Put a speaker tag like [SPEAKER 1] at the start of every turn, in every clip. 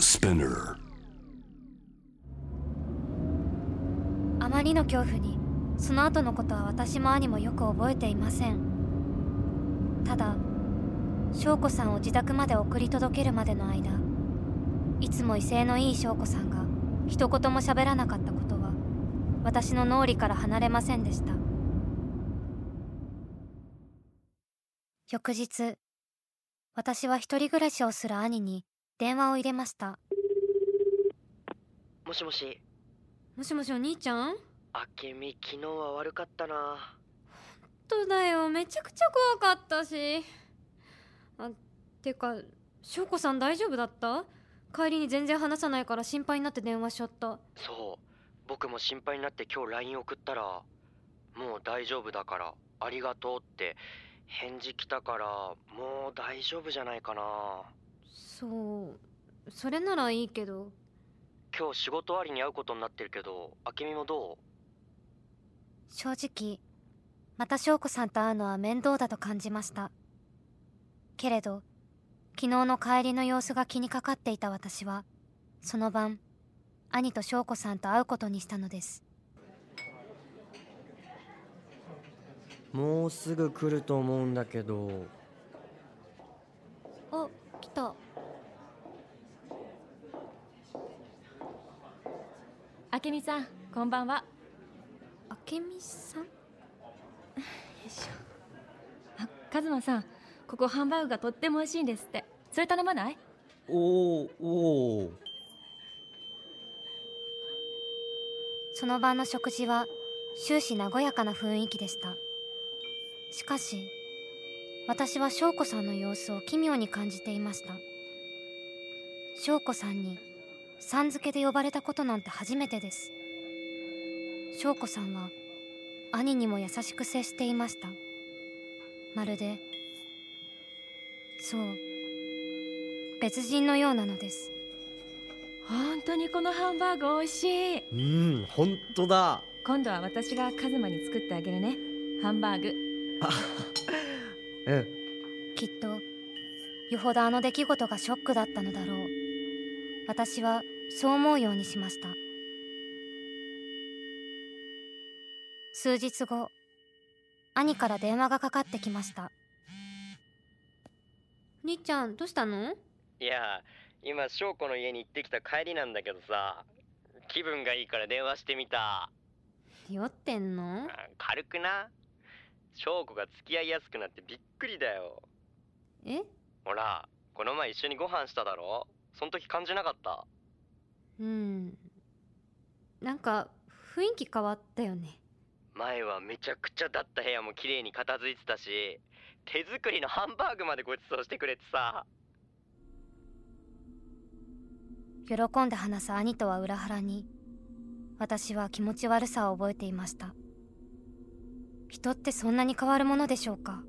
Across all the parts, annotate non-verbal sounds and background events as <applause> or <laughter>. [SPEAKER 1] Spinner.
[SPEAKER 2] あまりの恐怖にその後のことは私も兄もよく覚えていませんただ翔子さんを自宅まで送り届けるまでの間いつも威勢のいい翔子さんが一言も喋らなかったことは私の脳裏から離れませんでした翌日私は一人暮らしをする兄に電話を入れました
[SPEAKER 3] もしもし、
[SPEAKER 2] もしもしお兄ちゃん
[SPEAKER 3] あけみ、昨日は悪かったな。
[SPEAKER 2] とだよめちゃくちゃ怖かったしあてか翔子さん大丈夫だった帰りに全然話さないから心配になって電話しちゃった
[SPEAKER 3] そう、僕も心配になって今日 LINE 送ったら、もう大丈夫だから、ありがとうって返事来たから、もう大丈夫じゃないかな。
[SPEAKER 2] そうそれならいいけど
[SPEAKER 3] 今日仕事終わりに会うことになってるけど、あけみもど
[SPEAKER 2] 正直また翔子さんと会うのは面倒だと感じましたけれど昨日の帰りの様子が気にかかっていた私はその晩兄と翔子さんと会うことにしたのです
[SPEAKER 3] うもうすぐ来ると思うんだけど、
[SPEAKER 2] あ来た
[SPEAKER 4] あけみさんこんばんは
[SPEAKER 2] あけみ
[SPEAKER 4] <laughs>
[SPEAKER 2] さん
[SPEAKER 4] あカズマさんここハンバーグがとっても美味しいんですってそれ頼まない
[SPEAKER 3] おー、おー。
[SPEAKER 2] その晩の食事は終始和やかな雰囲気でしたしかし私は翔子さんの様子を奇妙に感じていました翔子さんにさん付けで呼ばれたことなんて初めてです翔子さんは兄にも優しく接していましたまるでそう別人のようなのです
[SPEAKER 4] 本当にこのハンバーグ美味しい
[SPEAKER 5] うん、本当だ。
[SPEAKER 4] 今度は私がカズマに作ってあげるねハンバーグ
[SPEAKER 5] うん。
[SPEAKER 2] きっとよほどあの出来事がショックだったのだろう私はそう思うようにしました数日後兄から電話がかかってきました兄ちゃんどうしたの
[SPEAKER 3] いや、今、翔子の家に行ってきた帰りなんだけどさ、気分がいいから電話してみた。
[SPEAKER 2] 酔ってんの
[SPEAKER 3] あ軽くな翔子が付き合いやすくなってびっくりだよ
[SPEAKER 2] え
[SPEAKER 3] ほらこの前一緒にご飯しただろその時感じなかった
[SPEAKER 2] うんなんか雰囲気変わったよね
[SPEAKER 3] 前はめちゃくちゃだった部屋も綺麗に片付いてたし手作りのハンバーグまでごちそうしてくれてさ
[SPEAKER 2] 喜んで話す兄とは裏腹に私は気持ち悪さを覚えていました人ってそんなに変わるものでしょうか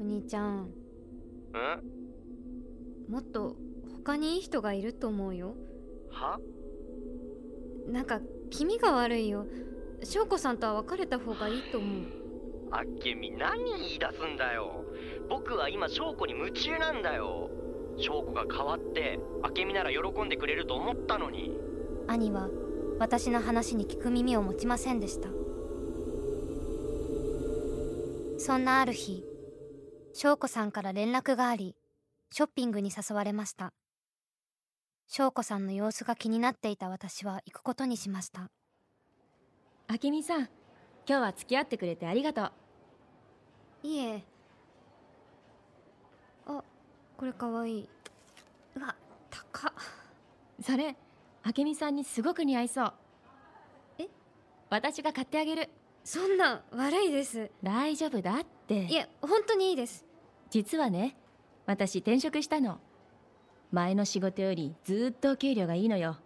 [SPEAKER 2] お兄ちゃん
[SPEAKER 3] うん
[SPEAKER 2] もっと他にいい人がいると思うよ
[SPEAKER 3] は
[SPEAKER 2] なんか気味が悪いよ翔子さんとは別れた方がいいと思う
[SPEAKER 3] あっけみ何言い出すんだよ僕は今翔子に夢中なんだよ翔子が変わってあけみなら喜んでくれると思ったのに
[SPEAKER 2] 兄は私の話に聞く耳を持ちませんでしたそんなある日翔子さんから連絡がありショッピングに誘われました翔子さんの様子が気になっていた私は行くことにしました
[SPEAKER 4] あけみさん今日は付き合ってくれてありがとう
[SPEAKER 2] いえあこれかわいいうわ高っ
[SPEAKER 4] それあけみさんにすごく似合いそう
[SPEAKER 2] え
[SPEAKER 4] 私が買ってあげる
[SPEAKER 2] そんな悪いです
[SPEAKER 4] 大丈夫だって
[SPEAKER 2] いえ本当にいいです
[SPEAKER 4] 実はね私転職したの前の仕事よりずーっとお給料がいいのよ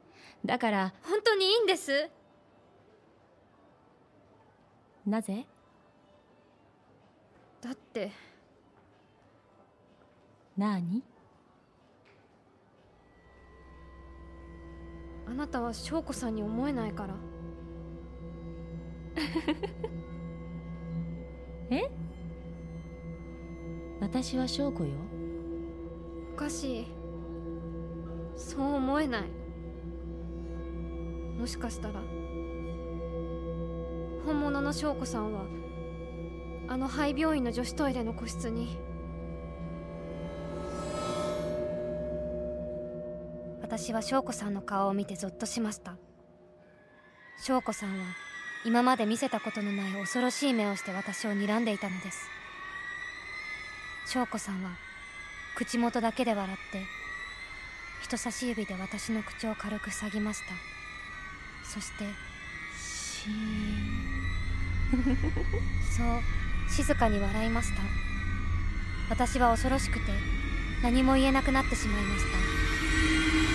[SPEAKER 4] だから
[SPEAKER 2] 本当にいいんです
[SPEAKER 4] なぜ
[SPEAKER 2] だって
[SPEAKER 4] なに
[SPEAKER 2] あなたは翔子さんに思えないから
[SPEAKER 4] え私は翔子よ
[SPEAKER 2] おかしいそう思えないもしかしたら本物の翔子さんはあの廃病院の女子トイレの個室に私は翔子さんの顔を見てゾッとしました翔子さんは今まで見せたことのない恐ろしい目をして私を睨んでいたのです翔子さんは口元だけで笑って人差し指で私の口を軽く塞ぎましたそして
[SPEAKER 4] シーン
[SPEAKER 2] そう静かに笑いました私は恐ろしくて何も言えなくなってしまいました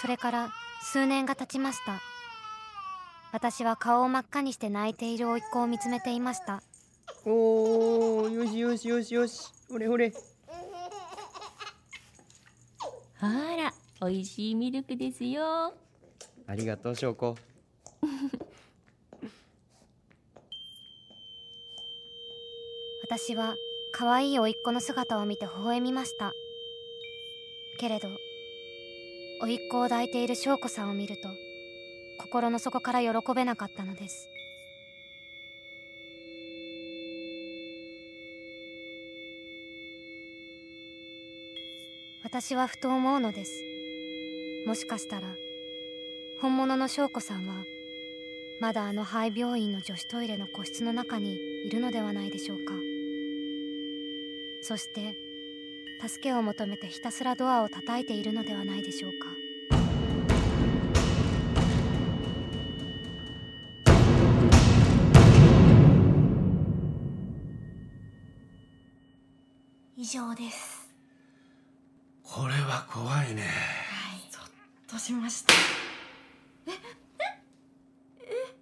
[SPEAKER 2] それから数年が経ちました私は顔を真っ赤にして泣いている甥っ子を見つめていました
[SPEAKER 5] おーよしよしよしよしほれほれ
[SPEAKER 4] あら美味しいミルクですよ
[SPEAKER 5] ありがとう証拠
[SPEAKER 2] 私は可愛い甥っ子の姿を見て微笑みましたけれど甥っ子を抱いている翔子さんを見ると心の底から喜べなかったのです私はふと思うのですもしかしたら本物の翔子さんはまだあの廃病院の女子トイレの個室の中にいるのではないでしょうかそして助けを求めてひたすらドアを叩いているのではないでしょうか
[SPEAKER 1] 以上です
[SPEAKER 6] これは怖いね
[SPEAKER 1] はいゾッとしましたえええ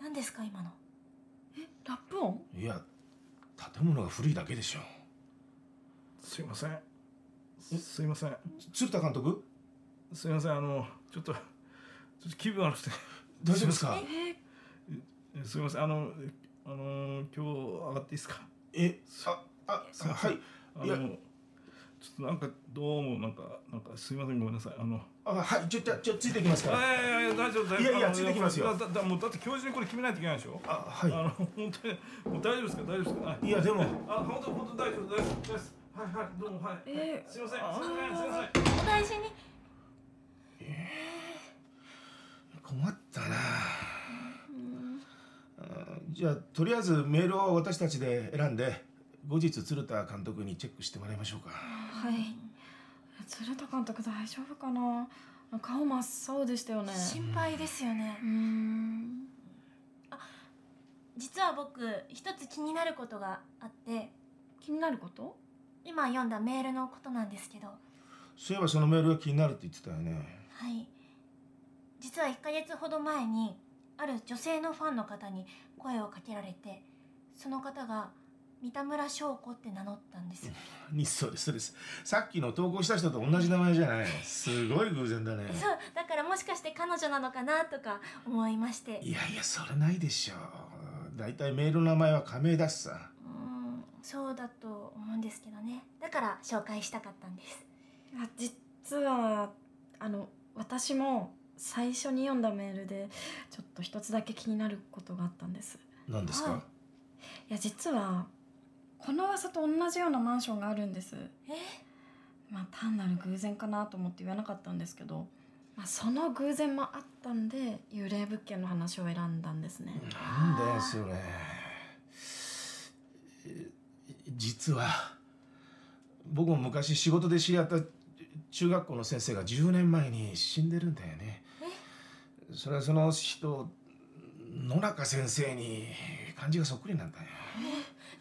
[SPEAKER 1] 何ですか今のえラップ音
[SPEAKER 6] いや建物が古いだけでしょ
[SPEAKER 7] すいませんすいません
[SPEAKER 6] 鶴田監督
[SPEAKER 7] すいませんあのちょっとちょっと気分悪くて
[SPEAKER 6] 大丈夫ですか
[SPEAKER 1] え
[SPEAKER 7] すいませんあのあの今日上がっていいですか
[SPEAKER 6] えあああはい
[SPEAKER 7] あの
[SPEAKER 6] いや
[SPEAKER 7] ちょっとなんかどうもなんかなんかすいませんごめんなさいあの
[SPEAKER 6] あはいちょちょちょついてきますから
[SPEAKER 7] いやいや大丈夫大丈夫
[SPEAKER 6] いやいや
[SPEAKER 7] あの
[SPEAKER 6] ついてきますよ
[SPEAKER 7] だだだもうだって今日中にこれ決めないといけないでしょ
[SPEAKER 6] あ
[SPEAKER 7] あ
[SPEAKER 6] は
[SPEAKER 7] の本当にもう大丈夫ですか大丈夫ですかはい
[SPEAKER 6] いいやでも
[SPEAKER 7] あ本当本当大丈夫大丈夫ですはいはいどうもはい、
[SPEAKER 1] え
[SPEAKER 7] すいませんすい
[SPEAKER 1] あ
[SPEAKER 7] ま
[SPEAKER 1] ー
[SPEAKER 7] せんすいません
[SPEAKER 1] お大事に
[SPEAKER 6] 困ったなあじゃあとりあえずメールを私たちで選んで後日鶴田監督にチェックしてもらいましょうか
[SPEAKER 1] はい
[SPEAKER 8] 鶴田監督大丈夫かな顔真っ青でしたよね
[SPEAKER 1] 心配ですよね
[SPEAKER 8] うーん
[SPEAKER 1] 実は僕一つ気になることがあって
[SPEAKER 8] 気になること
[SPEAKER 1] 今読んだメールのことなんですけどは
[SPEAKER 6] そういえばそのメールが気になるって言ってたよね
[SPEAKER 1] い実は1ヶ月ほど前にある女性のファンの方に声をかけられてその方が三田村翔子って名乗ったんです
[SPEAKER 6] に <laughs> そうですそうですさっきの投稿した人と同じ名前じゃないすごい偶然だね
[SPEAKER 1] そうだからもしかして彼女なのかなとか思いまして
[SPEAKER 6] いやいやそれないでしょう大体メールの名前は仮名だしさ
[SPEAKER 1] うーんそうだと思うんですけどねだから紹介したかったんです
[SPEAKER 8] あ実はあの私も最初に読んだメールでちょっと一つだけ気になることがあったんです
[SPEAKER 6] 何ですか、
[SPEAKER 1] はい
[SPEAKER 8] いや実はこの噂と同じようなマンションがあるんです
[SPEAKER 1] え
[SPEAKER 8] まあ単なる偶然かなと思って言わなかったんですけど、まあ、その偶然もあったんで幽霊物件の話を選んだんですね
[SPEAKER 6] なんだよそれえ実は僕も昔仕事で知り合った中学校の先生が10年前に死んでるんだよねそれはその人野中先生に漢字がそっくりなんだよ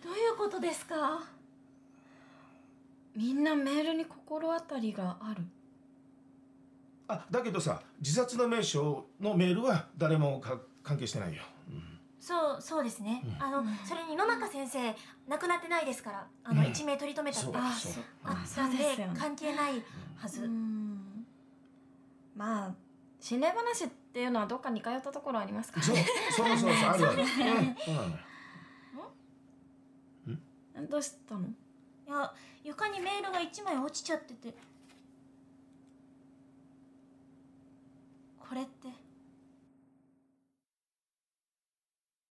[SPEAKER 1] どういうことですか
[SPEAKER 8] みんなメールに心当たりがある
[SPEAKER 6] あだけどさ自殺の名称のメールは誰もか関係してないよ、うん
[SPEAKER 1] そうそうですね、
[SPEAKER 6] うん
[SPEAKER 1] あのそれに野中先生亡くなってないですからあの、
[SPEAKER 6] うん
[SPEAKER 1] 一命取り留めたって
[SPEAKER 6] そう
[SPEAKER 1] あ
[SPEAKER 6] だ
[SPEAKER 8] あ
[SPEAKER 6] そう
[SPEAKER 8] あ
[SPEAKER 6] だ
[SPEAKER 1] あった
[SPEAKER 8] そうん
[SPEAKER 1] で
[SPEAKER 8] ですよね
[SPEAKER 1] 関係ないはず、
[SPEAKER 8] うんまあ心霊話 <laughs> っていうのはどっか似通ったところありますから
[SPEAKER 6] そうそうそうそうあるあるうんそうなのよ
[SPEAKER 9] どうしたの
[SPEAKER 8] いや床にメールが1枚落ちちゃっててこれって